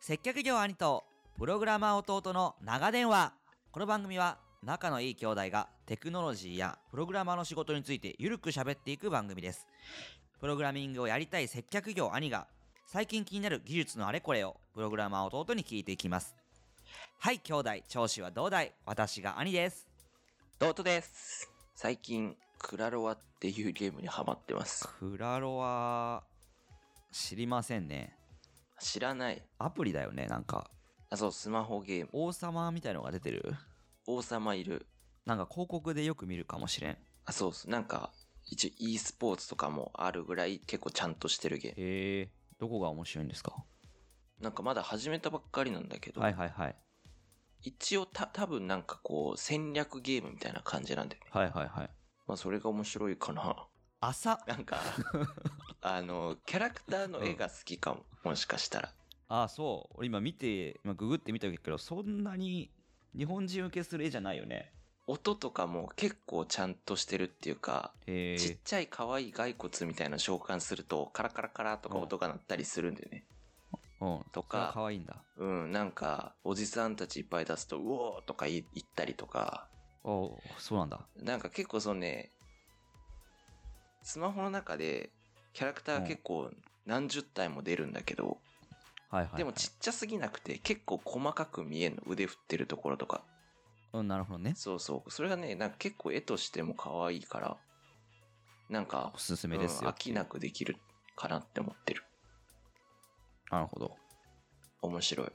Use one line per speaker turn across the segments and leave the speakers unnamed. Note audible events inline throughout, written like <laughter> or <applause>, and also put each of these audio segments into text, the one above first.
接客業兄とプログラマー弟の長電話この番組は仲のいい兄弟がテクノロジーやプログラマーの仕事についてゆるく喋っていく番組ですプログラミングをやりたい接客業兄が最近気になる技術のあれこれをプログラマー弟に聞いていきますはい兄弟長子はどうだい私が兄です
どうとです。最近、クラロワっていうゲームにハマってます。
クラロは知りませんね
知らない。
アプリだよねなんか
あ、そう、スマホゲーム。
王様みたいのが出てる
王様いる。
なんか広告でよく見るかもしれん
あ、そうっす。なんか、一応 e スポーツとかもあるぐらい結構ちゃんとしてるゲー
へえどこが面白いんですか
ム。なんかまだ始めたばっかりなんだけど、
はいはいはい
一応た、多分なんかこう、戦略ゲームみたいな感じなんで、
はいはいはい
まあそれが面白いかな。 <laughs>
朝
なん
<laughs>
か、あの、キャラクターの絵が好きかも。もしかしたら。
あそう俺今見て今ググってみたけどそんなに日本人受けする絵じゃないよね
音とかも結構ちゃんとしてるっていうか、
へ
ちっ
え
ちゃい可愛い骸骨みたいなの召喚すると、カラカラカラとか音が鳴ったりするんでね。
うん
とか
それは可愛いんだ
うん、なんか、おじさんたちいっぱい出すと、うおーとか言言ったりとか、
おそうなんだ
なんか結構そのね、スマホの中で、キャラクターが結構何十体も出るんだけど、
はいはい、はい、
でもちっちゃすぎなくて結構細かく見えんの、腕振ってるところとか。
うんなるほどね
そうそう。それがね、なんか結構絵としても可愛いから、なんか
お、すすめです
うん
よ、
飽きなくできるかなって思ってる。
なるほど
面白い。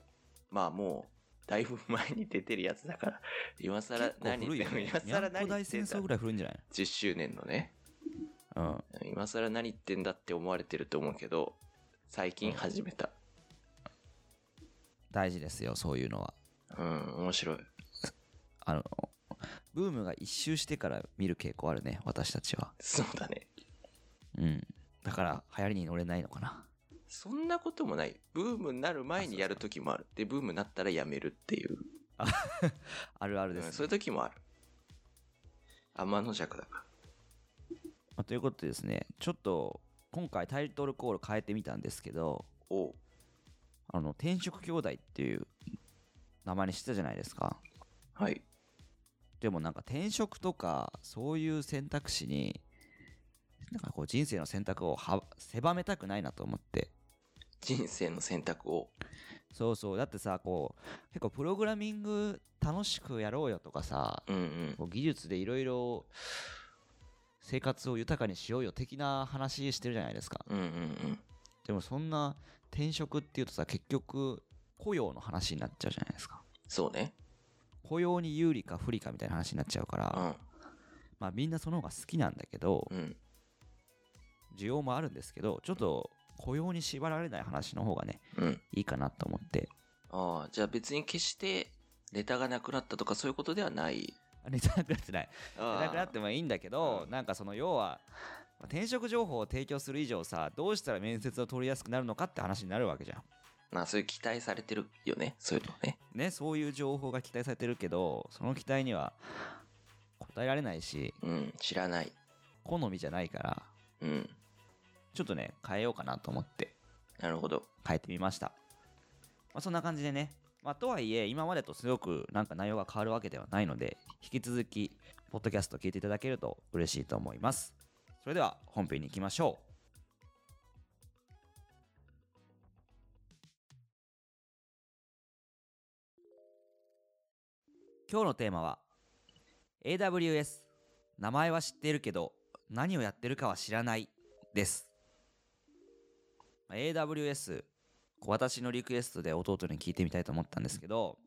まあもう、だいぶ前に出てるやつだから、 <laughs> 今更
結構
何
古い
言
よ
っても、
ね
今更何言
大
って
戦
ん
争ぐ
だ
らい古いんじゃない
10周年のね、
うん
今更何言ってんだって思われてると思うけど、最近始めた。
大事ですよそういうのは
うん、面白い。
あのブームが一周してから見る傾向あるね私たちは
そうだね。
うんだから流行りに乗れないのかな
そんなこともない。ブームになる前にやる時もある。で、ブームになったらやめるっていう。
あるある
う
で
ん
す、ね
そういう時もある。天の弱だか
まあということでですねちょっと今回タイトルコール変えてみたんですけど
ら。おう
あの転職兄弟っていう名前にしてたじゃないですか
はい。
でもなんか転職とかそういう選択肢になんかこう人生の選択をは狭めたくないなと思って
人生の選択を。
そうそうだってさこう結構プログラミング楽しくやろうよとかさ
うんうん。
こう技術でいろいろ生活を豊かにしようよ的な話してるじゃないですか
うんうんうん。
でもそんな転職っていうとさ結局雇用の話になっちゃうじゃないですか
そうね。
雇用に有利か不利かみたいな話になっちゃうから、
う
まあみんなその方が好きなんだけど
ん。うん。
需要もあるんですけどちょっと雇用に縛られない話の方がね
うん。
いいかなと思って
ああ、じゃあ別に決して、ネタがなくなったとかそういうことではない。
あネタなくなってないネタ
ああ
なくなってもいいんだけどなんかその要はまあ転職情報を提供する以上さどうしたら面接を取りやすくなるのかって話になるわけじゃん
まあそういう期待されてるよね。そういうのね。
ねそういう情報が期待されてるけどその期待には答えられないし
うん、知らない。
好みじゃないから
うん。
ちょっとね変えようかなと思って
なるほど。
変えてみました、まあ、そんな感じでね、まあ、とはいえ今までとすごくなんか内容が変わるわけではないので引き続きポッドキャスト聞いていただけると嬉しいと思いますそれでは本編に行きましょう今日のテーマは AWS 名前は知っているけど何をやってるかは知らないですまあ AWS こう私のリクエストで弟に聞いてみたいと思ったんですけど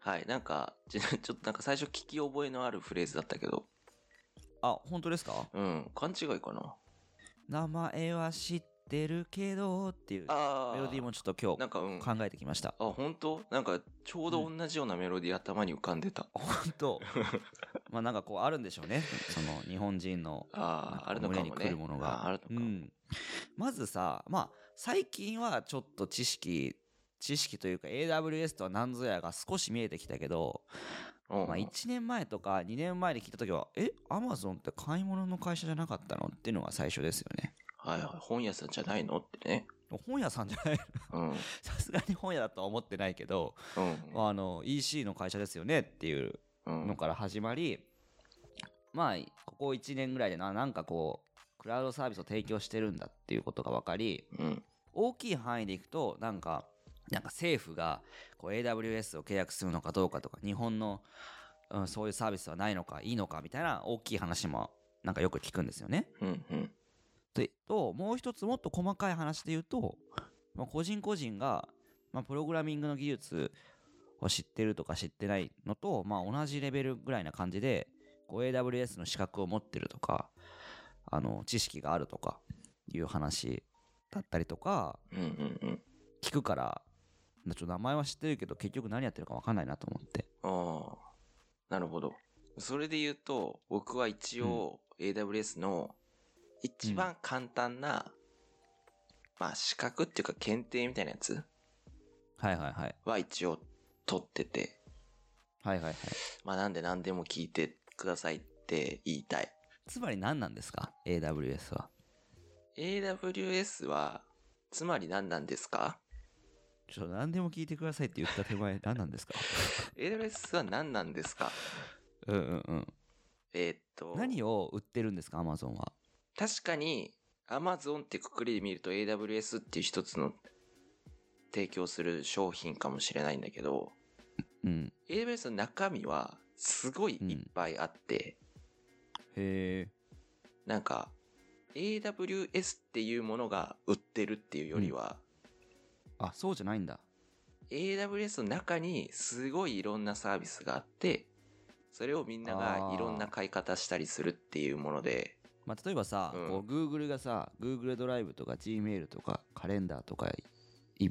はい。なんか、ちょ <laughs> ちょっとなんか最初聞き覚えのあるフレーズだったけど。
あ本当ですか
うん、勘違いかな。
名前は知ってるけどっていうメ
ああ。
ロディーもちょっと今
なんかうん。
日考えてきま
<laughs>
した
あ、本当なんか、ちょうど同じようなメロディー頭に浮かんでた。
本当まあなんかこうあるんでしょう
<laughs>
ねその日本人の
ああ、あるのか
胸
も
に
ね。
来るものが
あある
う
のか。
ん、まずさまあ最近はちょっと知識知識というか AWS とは何ぞやが少し見えてきたけど、
うん
まあ、1年前とか2年前に聞いた時は「えアマゾンって買い物の会社じゃなかったの?」っていうのが最初ですよね。
はいはい。本屋さんじゃないのってね。
本屋さんじゃない
うん。
さすがに本屋だとは思ってないけど、
うん。
あの EC の会社ですよねっていう
うん
の。から始まり、まあここ1年ぐらいでななんかこうクラウドサービスを提供してるんだっていうことが分かり
うん。
大きい範囲でいくとなんかなんか政府がこう AWS を契約するのかどうかとか日本の、うん、そういうサービスはないのかいいのかみたいな大きい話もなんかよく聞くんですよね。
うん。うん。
でともう一つもっと細かい話で言うと、まあ、個人個人が、まあ、プログラミングの技術を知ってるとか知ってないのと、まあ、同じレベルぐらいな感じでこう AWS の資格を持ってるとかあの知識があるとかいう話だったりとか
うん。うん。うん。
聞くからちょっと名前は知ってるけど結局何やってるか分かんないなと思って
ああ、なるほど。それで言うと、僕は一応 AWS の一番簡単な、まあ資格っていうか検定みたいなやつ
はいはいはい
は一応取ってて、
はいはいはい
まあなんで何でも聞いてくださいって言いたい。
つまり何なんですか AWS は
AWS は、つまり何なんですか
ちょっと何でも聞いてくださいって言った手前何なんですか
?AWS は何なんですか
うんうんうん
えーっと、
何を売ってるんですかアマゾンは
確かに Amazon ってくくりで見ると AWS っていう一つの提供する商品かもしれないんだけど
うん
AWS の中身はすごいいっぱいあって、
へえ
なんか AWS っていうものが売ってるっていうよりは、
あそうじゃないんだ
AWS の中にすごいいろんなサービスがあってそれをみんな
あ
が
ー
いろんな買い方したりするっていうもので
まあ、例えばさ、
うん
こう Google がさ Google ドライブとか Gmail とかカレンダーとかい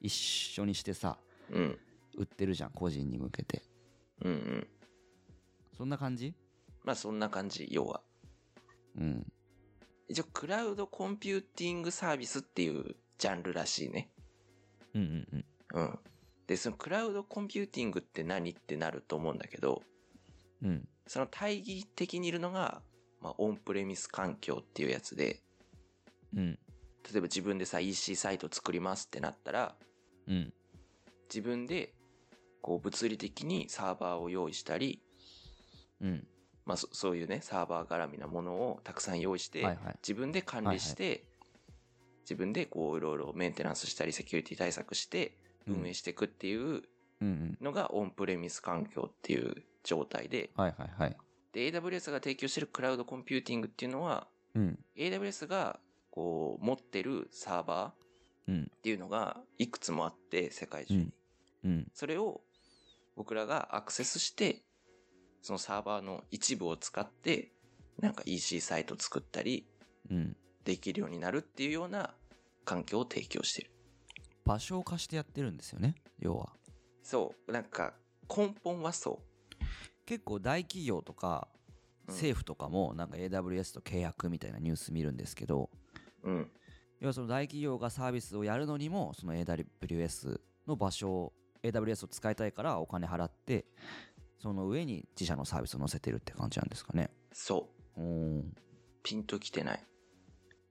一緒にしてさ
うん
売ってるじゃん個人に向けて
うんうん
そんな感じ
まあそんな感じ要は
うん
一応クラウドコンピューティングサービスっていうジャンルらしいね。
うんうんうん
うん。で、そのクラウドコンピューティングって何ってなると思うんだけど、
うん
その対義的にいるのが、まあ、オンプレミス環境っていうやつで、
うん
例えば自分でさ、EC サイト作りますってなったら、
うん
自分で、こう、物理的にサーバーを用意したり、
うん
まあ、そそういうね、サーバー絡みなものをたくさん用意して、
はいはい
自分で管理して、自分でこう、いろいろメンテナンスしたり、セキュリティ対策して、運営していくっていう
うんうん
のがオンプレミス環境っていう状態で、
はいはいはい
で、AWS が提供してるクラウドコンピューティングっていうのは、
うん
AWS がこう持ってるサーバ
う
ーっ
ん
ていうのがいくつもあって、世界中
う
に
ん。うん
それを僕らがアクセスして、そのサーバーの一部を使って、なんか EC サイト作ったり
うん
できるようになるっていうような環境を提供してる。
場所を貸してやってるんですよね要は
そう、なんか根本はそ
結構大企業とか
うん
政府とかもなんか AWS と契約みたいなニュース見るんですけど、
う。うん。
要はその大企業がサービスをやるのにもその AWS の場所を AWS を使いたいからお金払ってその上に自社のサービスを載せてるって感じなんですかね
そう。
おーい
ピンときてない。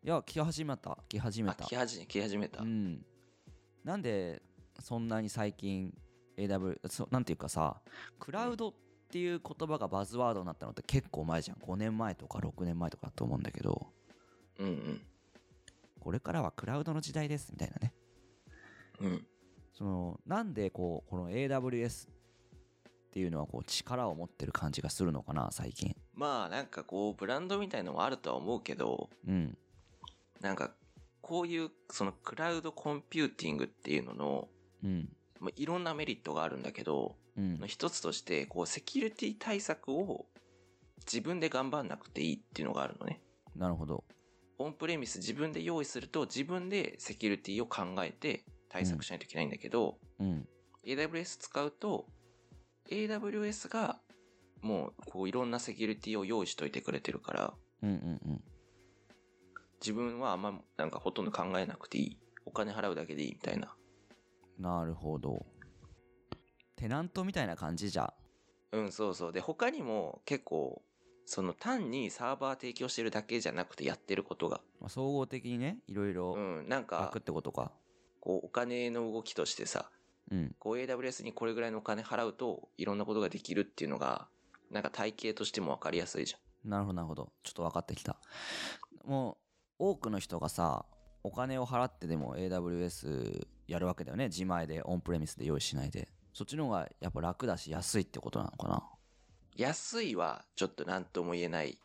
や聞き始めた聞き始め
あ、
た
来始め、来始めた。
うんなんでそんなに最近 AW そなんていうかさクラウドっていう言葉がバズワードになったのって結構前じゃん5年前とか6年前とかだと思うんだけど
うん
これからはクラウドの時代ですみたいなね
うん。うん。
そのなんでこうこの AWS っていうのはこう力を持ってる感じがするのかな最近
まあなんかこうブランドみたいのもあるとは思うけど、
うん
なんかこういうそのクラウドコンピューティングっていうのの、
うん
まあ、いろんなメリットがあるんだけど、
うん
一つとしてこうセキュリティ対策を自分で頑張んなくていいっていうのがあるのね。
なるほど
オンプレミス自分で用意すると自分でセキュリティを考えて対策しないといけないんだけど、
うん
AWS 使うと、AWS がもうこういろんなセキュリティを用意しといてくれてるから、
うんうんうん
自分はあんまなんかほとんど考えなくていいお金払うだけでいいみたいな
なるほどテナントみたいな感じじゃ
うんそうそうで他にも結構その単にサーバー提供してるだけじゃなくてやってることが。
まあ、総合的にね、いろいろ
うん、なん
書
か
くっ、てことか。
こう、お金の動きとしてさ、
うん。
こう AWS にこれぐらいのお金払うと、いろんなことができるっていうのが、なんか体系としてもわかりやすいじ
なるほど、なるほど。ちょっと分かってきた。もう、多くの人がさ、お金を払ってでも AWS やるわけだよね。自前で、オンプレミスで用意しないで。そっちの方がやっぱ楽だし、安いってことなのかな。
ゃん。安いは、ちょっと何とも言えない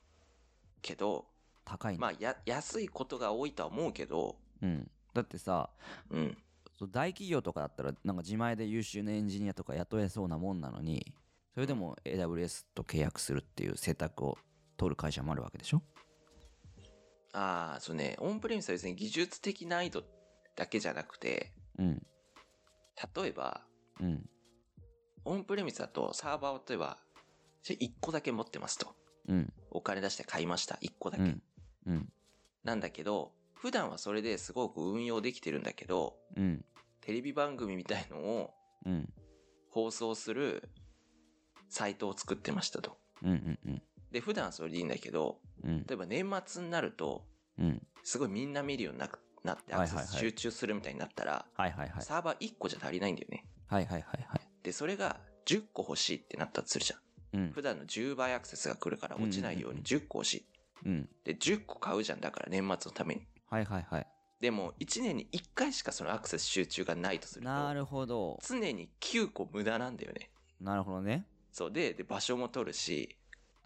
けど、
高いね。
まあ、や、安いことが多いとは思うけど、
うん。だってさ、
うん。
そう大企業とかだったらなんか自前で優秀なエンジニアとか雇えそうなもんなのにそれでも AWS と契約するっていう選択を取る会社もあるわけでしょ
ああ、そうね、オンプレミスは別に技術的難易度だけじゃなくて、
うん
例えば、
うん
オンプレミスだとサーバーを例えば、1個だけ持ってますと。
うん
お金出して買いました。1個だ
う
け。
んうん
なんだけど、普段はそれですごく運用できてるんだけど、
うん
テレビ番組みたいのを
うん
放送するサイトを作ってましたと。
うんうんうん
で、普段はそれでいいんだけど、
うん
例えば年末になると、
うん
すごいみんな見るようにななって、アクセ
はいはいは
ス
い
集中するみたいになったら、
はいはいはい
サーバー1個じゃ足りないんだよね。
はいはいはいはい
で、それが10個欲しいってなったとするじゃん。
うん
普段の10倍アクセスが来るから落ちないよ
うんうんう
う
んう
に
ん
10個欲しい。
うん
で、10個買うじゃん。だから年末のために。
はいはいはい
でも、1年に1回しかそのアクセス集中がないとすると、
なるほど
常に9個無駄なんだよね。
なるほどね
そうで、で、場所も取るし、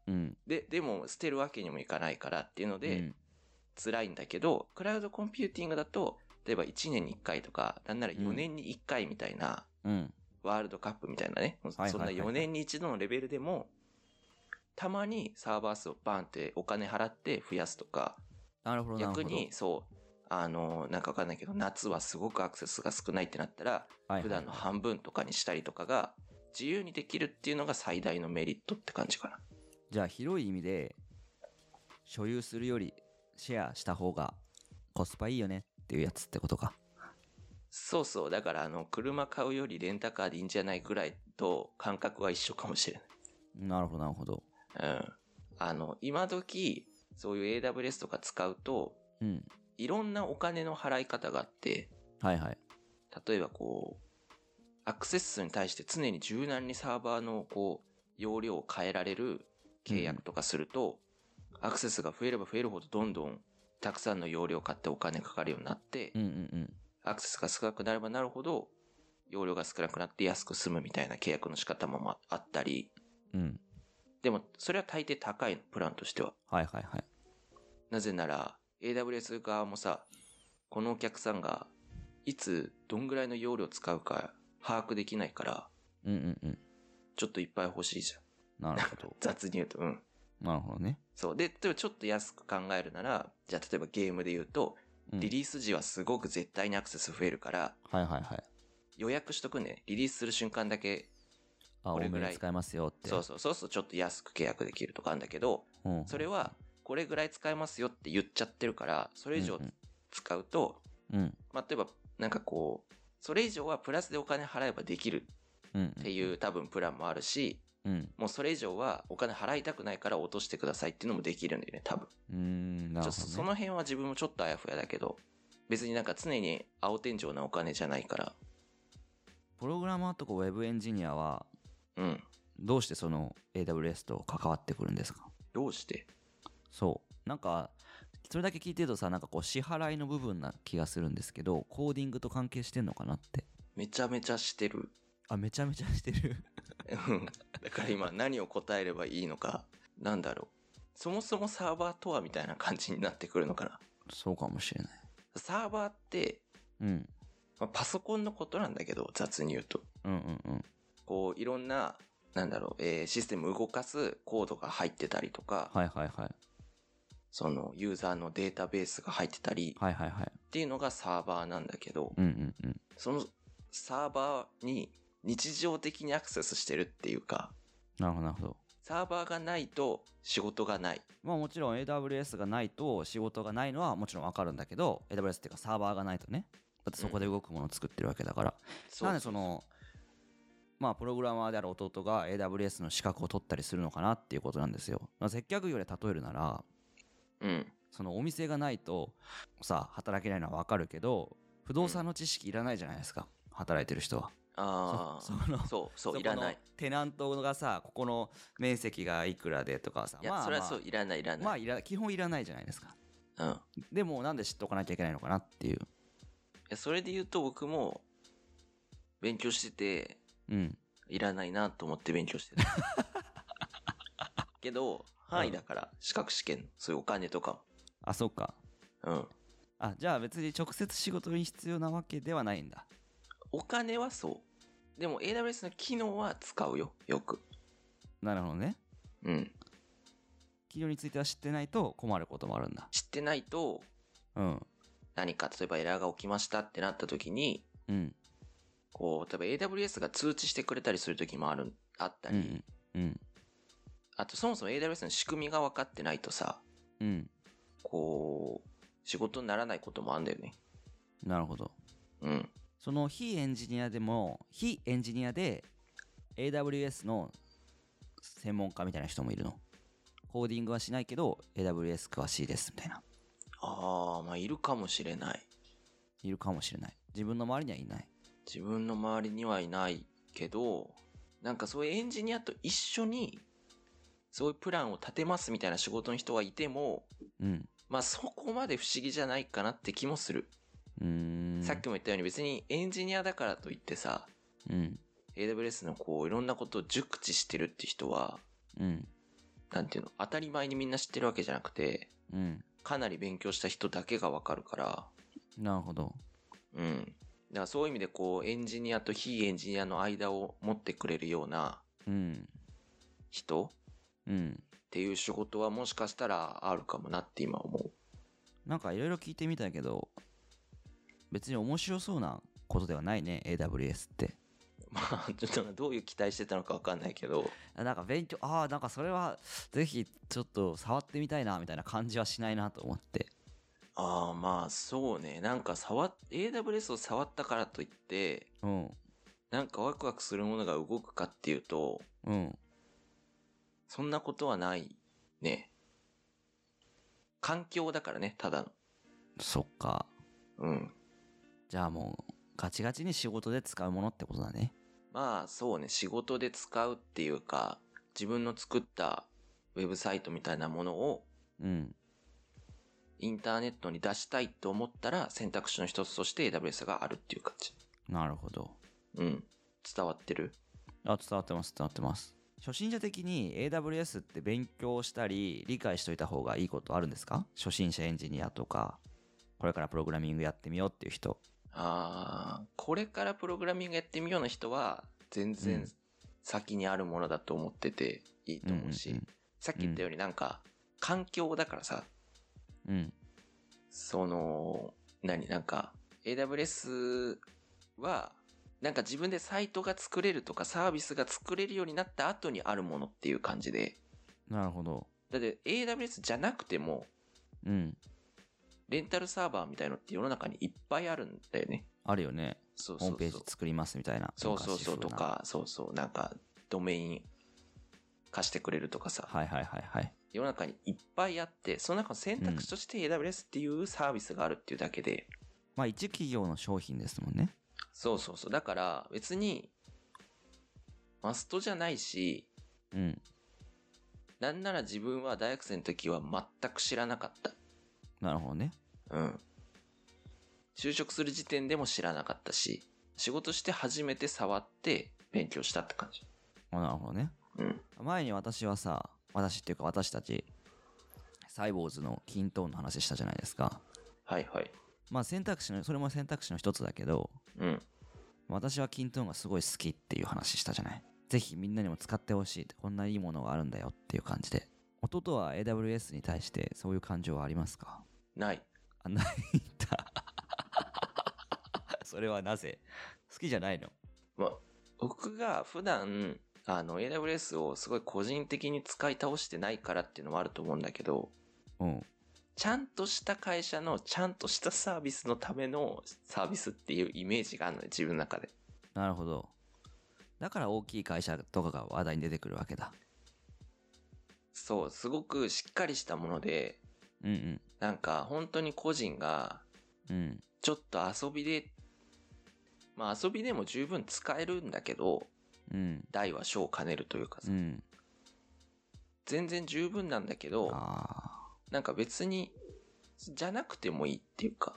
うん
で、でも捨てるわけにもいかないからっていうので、
うん
辛いんだけど、クラウドコンピューティングだと、例えば1年に1回とか、なんなら4年に1回みたいな、
うん
ワールドカップみたいなね、
いはい
そんな
はいはい
4年に1度のレベルでも、たまにサーバー数をバンってお金払って増やすとか、
なるほどなるほ
逆
ど
に、そう、あの、なんかわかんないけど、夏はすごくアクセスが少ないってなったら、
はいはい
普段の半分とかにしたりとかが、自由にできるっていうのが最大のメリットって感じかな。
じゃあ広い意味で所有するよりシェアした方がコスパいいよねっていうやつってことか
そうそう。だから、あの、車買うよりレンタカーでいいんじゃないぐらいと感覚は一緒かもしれ
なるほどなるほど
ない。うん。あの、今時、そういう AWS とか使うと、
うん
いろんなお金の払い方があって、
はいはい
例えばこう、アクセス数に対して常に柔軟にサーバーのこう、容量を変えられる契約とかすると、アクセスが増えれば増えるほどどんどんたくさんの容量を買ってお金かかるようになって、
うんうん
アクセスが少なくなればなるほど、容量が少なくなって安く済むみたいな契約の仕方もまあったり、
うんうん
でもそれは大抵高いの、プランとしては。
はいはいはい
なぜなら、AWS 側もさ、このお客さんが、いつどんぐらいの容量使うか把握できないから、
うんうんうん
ちょっといっぱい欲しいじゃ
な
ん。
るほ
<laughs>
ど
雑に言うと、うん。
なるほどね、
そう。で、例えばちょっと安く考えるなら、じゃあ例えばゲームで言うと、
うん、
リリース時はすごく絶対にアクセス増えるから、
はいはいはい
予約しとくね。リリースする瞬間だけ、
あ
こ
多
れぐ
め
らい
に使えますよって
そうそうそうそう、ちょっと安く契約できるとかあるんだけど、
う、ん、
それは、これぐらい使えますよって言っちゃってるから、それ以上
うんうん
使うと、
うん
まあ、例えば、なんかこう、それ以上はプラスでお金払えばできる
うん
っていう多分プランもあるし、
うん
もうそれ以上はお金払いたくないから落としてくださいっていうのもできるんだよね、多分。
うーんな
ち
るほ
ょっと
ど、ね、
その辺は自分もちょっとあやふやだけど、別になんか常に青天井なお金じゃないから、
プログラマーとかウェブエンジニアは
うん。
どうしてその AWS と関わってくるんですか
どうして
そうなんかそれだけ聞いてるとさなんかこう支払いの部分な気がするんですけどコーディングと関係してんのかなって
めちゃめちゃしてる。
あめちゃめちゃしてる
うんだから今何を答えればいいのか、なんだろう。そもそもサーバーとはみたいな感じになってくるのかな。
そうかもしれない
サーバーって、
うん
まあパソコンのことなんだけど、雑に言うと。
うんうんうん
こう、いろんな、なんだろう、えーシステム動かすコードが入ってたりとか、
はいはいはい
そのユーザーのデータベースが入ってたり
はいはいはい
っていうのがサーバーなんだけど、
うんうんうん
そのサーバーに日常的にアクセスしてるっていうか、
なるほどなるほど
サーバーがないと仕事がない。
まあもちろん AWS がないと仕事がないのはもちろんわかるんだけど AWS っていうかサーバーがないとねだってそこで動くものを作ってるわけだから、
そう
なんでそのまあ、プログラマーである弟が AWS の資格を取ったりするのかなっていうことなんですよ。まあ、接客業で例えるなら、
うん。
そのお店がないとさ、働けないのはわかるけど、不動産の知識いらないじゃないですか、働いてる人は。
ああ。
そその
そう、そう、
こ
いらない
の。テナントがさ、ここの面積がいくらでとかさ、
いや、それはそう、いらない、いら
まあ
ない。
いら、基本いらないじゃないですか。
うん。い
でも、なんで知っておかなきゃいけないのかなっていう。
や、それで言うと僕も、勉強してて、
うん。
いらないなと思って勉
<laughs>
強してた。けど、範囲だから、資格試験、そういうお金とか
あ、そっか。
も。うん。
あ、じゃあ別に直接仕事に必要なわけではないんだ。
お金はそう。でも AWS の機能は使うよ、よく。
なるほどね。
うん。
企業については知ってないと困ることもあるんだ。
知ってないと、
うん。
何か、例えばエラーが起きましたってなった時に、
うん。
こう、例えば AWS が通知してくれたりする時もある、あった
う
り、
ん。うん。
あとそもそも AWS の仕組みが分かってないとさ、
うん。
こう、仕事にならないこともあるんだよね。
なるほど。
うん。
その非エンジニアでも、非エンジニアで AWS の専門家みたいな人もいるの。コーディングはしないけど AWS 詳しいですみたいな。
ああ、まあ、いるかもしれない。
いるかもしれない。自分の周りにはいない。
自分の周りにはいないけど、なんかそういうエンジニアと一緒に、そういうプランを立てますみたいな仕事の人はいても、
うん。
まあそこまで不思議じゃないかなって気もする。
うーん。
さっきも言ったように別にエンジニアだからといってさ、
うん。
AWS のこういろんなことを熟知してるって人は、
うん。
なんていうの、当たり前にみんな知ってるわけじゃなくて、
うん。
かなり勉強した人だけがわかるから、
なるほど。
うん。だからそういう意味でこう、エンジニアと非エンジニアの間を持ってくれるような
うん。
人
うん。
っていう仕事はもしかしたらあるかもなって今思う。 <laughs>
なんかいろいろ聞いてみたけど、別に面白そうなことではないね、AWS って。
まあ、ちょっとどういう期待してたのかわかんないけど、
あなんか勉強、ああ、なんかそれはぜひちょっと触ってみたいなみたいな感じはしないなと思って。
ああ、まあそうね。なんか触っ、AWS を触ったからといって、
うん。
なんかワクワクするものが動くかっていうと、
うん。
そんなことはないね。環境だからね、ただの。
そっか。
うん。
じゃあもう、ガチガチに仕事で使うものってことだね。
まあそうね、仕事で使うっていうか、自分の作ったウェブサイトみたいなものを
うん。
インターネットに出したいと思ったら選択肢の一つとして AWS があるっていう感じ。
なるほど。
うん。伝わってる
あ、伝わってます、伝わってます。初心者的に AWS って勉強したり理解しといた方がいいことあるんですか初心者エンジニアとか、これからプログラミングやってみようっていう人。
あー、これからプログラミングやってみような人は、全
う
然
ん
先にあるものだと思ってていいと思うし、さっき言ったようになんか、環境だからさ、
うん。うん。
その、何、なんか、AWS は、なんか自分でサイトが作れるとかサービスが作れるようになった後にあるものっていう感じで、
なるほど。
だって AWS じゃなくても、
うん。
レンタルサーバーみたいのって世の中にいっぱいあるんだよね。
あるよね。
そう
ホ
そ
ー
うそ
ム
う。
ページ作りますみたいな。
そうそうそ
昔
う
風
と
な。
か、そうそう、なんか、ドメイン貸してくれるとかさ、
はいはいはいはい。
世の中にいっぱいあって、その中の選択肢として AWS っていうサービスがあるっていうだけで、
まあ一企業の商品ですもんね。
そうそうそう、だから別に、マストじゃないし、
うん。
なんなら自分は大学生の時は全く知らなかっ
なるほどね。
た。うん。就職する時点でも知らなかったし、仕事して初めて触って勉強したって感じ。
あなるほどね。
うん。
前に私はさ、私っていうか私たち、サイボーズの均等の話したじゃないですか。
はいはい。
まあ選択肢の、それも選択肢の一つだけど、
うん。
私は均等がすごい好きっていう話したじゃない。ぜひみんなにも使ってほしいって、こんないいものがあるんだよっていう感じで。弟は AWS に対してそういう感情はありますか
ない。
あ、ないんだ。 <laughs> それはなぜ好きじゃないの
まあ、僕が普段、あの、AWS をすごい個人的に使い倒してないからっていうのもあると思うんだけど、
うん。
ちゃんとした会社のちゃんとしたサービスのためのサービスっていうイメージがあるのよ、自分の中で。
なるほど。だから大きい会社とかが話題に出てくるわけだ。
そう、すごくしっかりしたもので、
うん
なんか本当に個人が、
うん。うん。
ちょっと遊びで、まあ遊びでも十分使えるんだけど、
うん。
大は小を兼ねるというかさ、
うん。
全然十分なんだけ
あ
ど、
あ
なんか別に、じゃなくてもいいっていうか、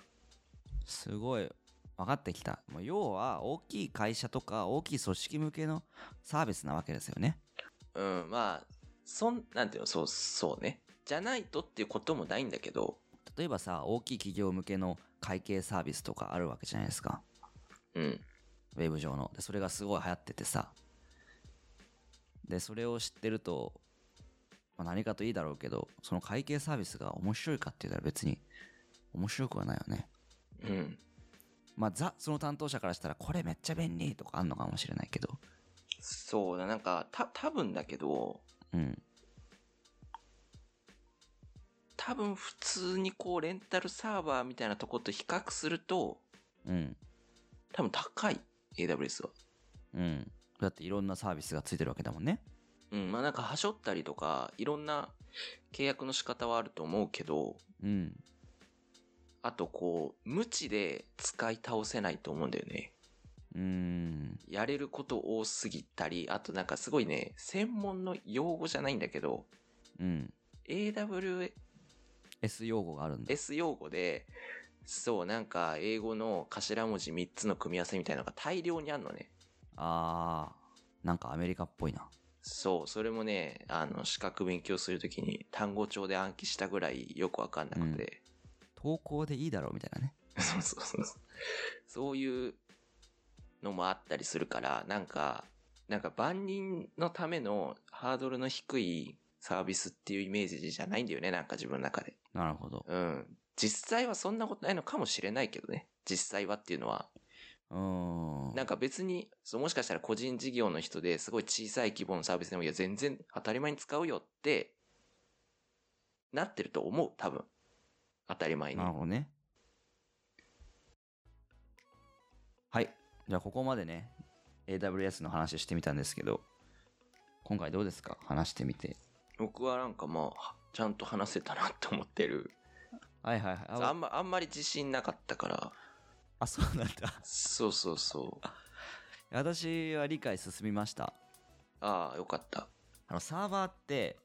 ー。すごい。分かってきた。もう要は大きい会社とか大きい組織向けのサービスなわけですよね。
うん、まあ、そん、なんていうの、そう、そうね。じゃないとっていうこともないんだけど、
例えばさ、大きい企業向けの会計サービスとかあるわけじゃないですか。
うん、
ウェブ上の。でそれがすごい流行っててさ。で、それを知ってると、まあ、何かといいだろうけど、その会計サービスが面白いかって言ったら別に面白くはないよね。
うん。
まあ、ザ、その担当者からしたら、これめっちゃ便利とかあんのかもしれないけど。
そうだ、なんか、た、多分だけど、
うん。
多分普通にこう、レンタルサーバーみたいなとこと比較すると、
うん。
多分高い、AWS は。
うん。だっていろんなサービスがついてるわけだもんね。
うん、まあなんか、はしょったりとか、いろんな契約の仕方はあると思うけど、
うん。
あとこう、無知で使い倒せないと思うんだよね。
うーん。
やれること多すぎたり、あとなんかすごいね、専門の用語じゃないんだけど、
うん。
AWS
S 用語があるんだ。
用語で、そう、なんか英語の頭文字3つの組み合わせみたいなのが大量にあるのね。
あー。なんかアメリカっぽいな。
そう、それもね、あの、資格勉強するときに単語帳で暗記したぐらいよくわかんなくて。
投稿でいいだろうみたいなね。
<laughs> そうそうそう。そういうのもあったりするから、なんか、なんか万人のためのハードルの低いサービスっていうイメージじゃないんだよね、なんか自分の中で。
なるほど。
うん。実際はそんなことないのかもしれないけどね。実際はっていうのは。
うーん。
なんか別に、そうもしかしたら個人事業の人ですごい小さい規模のサービスでもいや全然当たり前に使うよって、なってると思う、多分。当たり前に
な。るほどね。はい。じゃあ、ここまでね、AWS の話してみたんですけど、今回どうですか話してみて。
僕はなんかまあ、ちゃんと話せたなって思ってる。
はいはいはい。
あんま、あんまり自信なかったから。
あ、そうなんだ。 <laughs>
そうそうそう。
私は理解進みました。
ああ、よかった。
あの、サーバーって、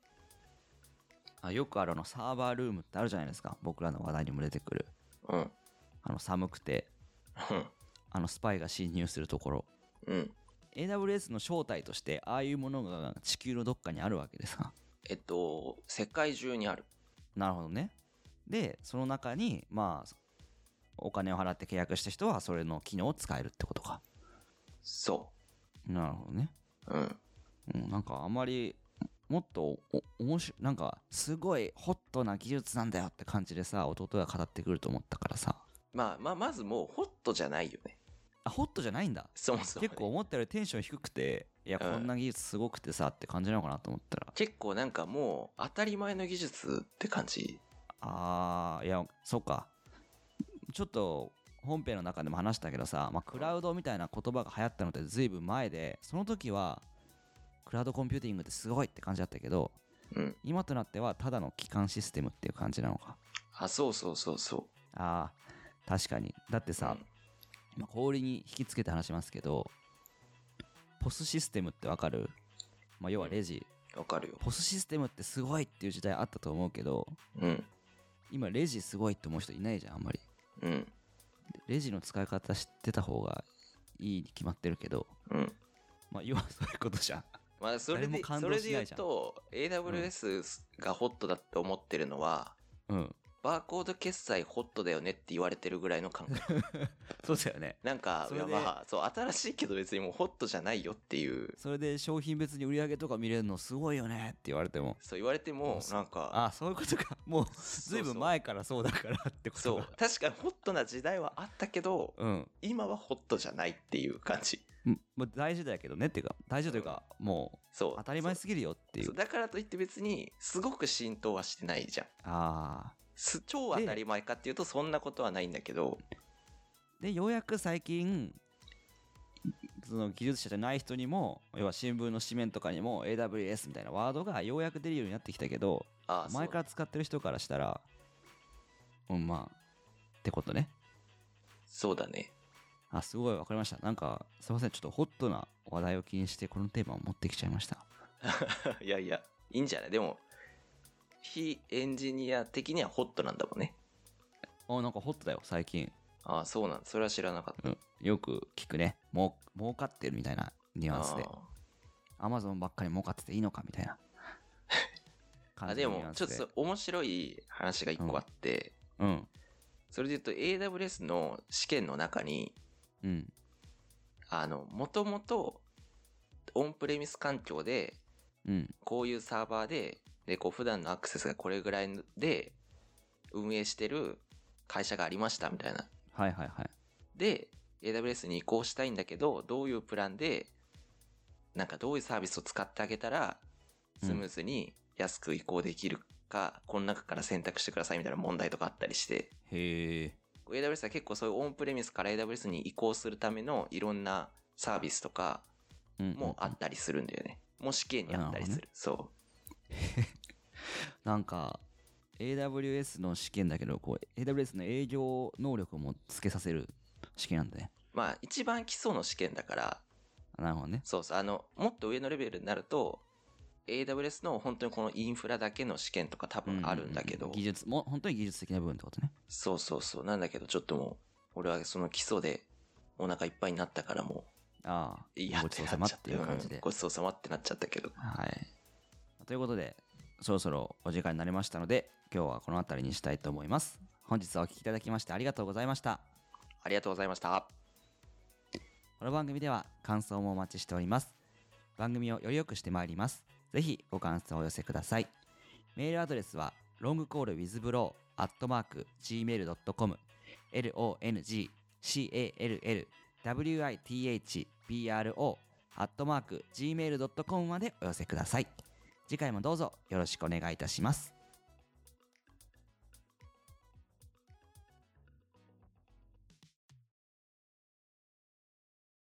あよくあるあの、サーバールームってあるじゃないですか。僕らの話題にも出てくる。
うん。
あの、寒くて、
うん
あの、スパイが侵入するところ。
うん。
AWS の正体として、ああいうものが地球のどっかにあるわけですが。
えっと、世界中にある。
なるほどね。で、その中に、まあ、お金を払って契約した人は、それの機能を使えるってことか。
そ
なるほどね。
う。うん。
うん、なんかあまり、もっとお、おもし、なんか、すごいホットな技術なんだよって感じでさ、弟が語ってくると思ったからさ。
まあ、まあ、まずもうホットじゃないよね。
あ、ホットじゃないんだ。
そもそもね、
結構思ったよりテンション低くて、いや、
うん
こんな技術すごくてさって感じなのかなと思ったら、
結構なんかもう当たり前の技術って感じ。
あー、いや、そうか。ちょっと、本編の中でも話したけどさ、まあ、クラウドみたいな言葉が流行ったのってずいぶん前で、その時は、クラウドコンピューティングってすごいって感じだったけど、
うん。
今となってはただの基幹システムっていう感じなのか。
あ、そうそうそうそ
あー、確かに。だって
う。
さ、まあ氷に引きつけて話しますけど、ポスシステムってわかるまあ、要はレジ。
うんわかるよ。
ポスシステムってすごいっていう時代あったと思うけど、
うん。
今レジすごいって思う人いないじゃん、あんまり。
うん。
レジの使い方知ってた方がいいに決まってるけど、
うん。
まあ、要はそういうことじゃん。 <laughs>
まあ、それ
誰
で
も、感
そ
動
れ
しな
で言う
いじゃん
と、AWS がホットだって思ってるのは、
うん。
バーコード決済ホットだよねって言われてるぐらいの感覚。
<laughs> そうだよね。
なんか、
そ
い
れ
や
で
まあ、そう、新しいけど別にもうホットじゃないよっていう、
それで商品別に売り上げとか見れるのすごいよねって言われても。
そう言われても、
そう
なんか、
ああ、そういうことか。 <laughs> もう、ずいぶん前からそうだからってこと
そう
だ
そう。確かにホットな時代はあったけど、
うん。
今はホットじゃないっていう感じ。
うんまあ、大事だけどねっていうか、大事というか、もう、
そう。
当たり前すぎるよってい
そうう。だからといって別に、すごく浸透はしてないじゃん。
ああ。
す超当たり前かっていうと、そんなことはないんだけど、
で、ようやく最近、その技術者じゃない人にも要は新聞の紙面とかにも AWS みたいなワードがようやく出るようになってきたけど
ああ、。
前からら使ってる人からしたらうんまあってことね
そうだね。 <laughs>
あすごいわかりましたなんかすいませんちょっとホットな話題を気にしてこのテーマを持ってきちゃいました
いやいや、いいんじゃないでも、非エンジニア的にはホットなんだもんね。
あなんかホットだよ最近、
ああ、そうなんだ。それは知らなかった。
うん、よく聞くねもう儲かってるみたいなニュアンスで
あ
アマゾンばっかり儲かってていいのかみたいな
あ
感
<laughs> あ
じ
で
のニュア
も
ン、ス
ちょっとそれ面白い話が一個あって、
うん
それで言うと AWS の試験の中に、
うん
あの、もともと、オンプレミス環境で、
うん
こういうサーバーで、で、こう、普段のアクセスがこれぐらいで、運営してる会社がありました、みたいな。
はいはいはい
で、AWS に移行したいんだけど、どういうプランで、なんかどういうサービスを使ってあげたら、スムーズに安く移行できるか、この中から選択してくださいみたいな問題とかあったりして、
へえ
AWS は結構そういうオンプレミスから AWS に移行するためのいろんなサービスとかもあったりするんだよね。もう試験にあったりする。そ
なんか AWS の試験だけどこう AWS の営業能力もつけさせる試験なんだね
う。まあ一番基礎の試験だから、
なるほどね
そうそう、あの、もっと上のレベルになると、AWS の本当にこのインフラだけの試験とか多分あるんだけど、
ううう技術も本当に技術的な部分ってことね
そうそうそう。なんだけど、ちょっともう、俺はその基礎でお腹いっぱいになったからも
ああ
う、いいや
ごちそうさまっていう感じ
う
で
んごちそうさまってなっちゃったけど。
はいということでそろそろお時間になりましたので今日はこの辺りにしたいと思います本日はお聴きいただきましてありがとうございました
ありがとうございました。
この番組では感想もお待ちしております。番組をより良くしてまいります。ぜひご感想をお寄せください。メールアドレスは longcallwithbro.gmail.com longcallwithbro.gmail.com までお寄せください。次回もどうぞよろしくお願いいたします。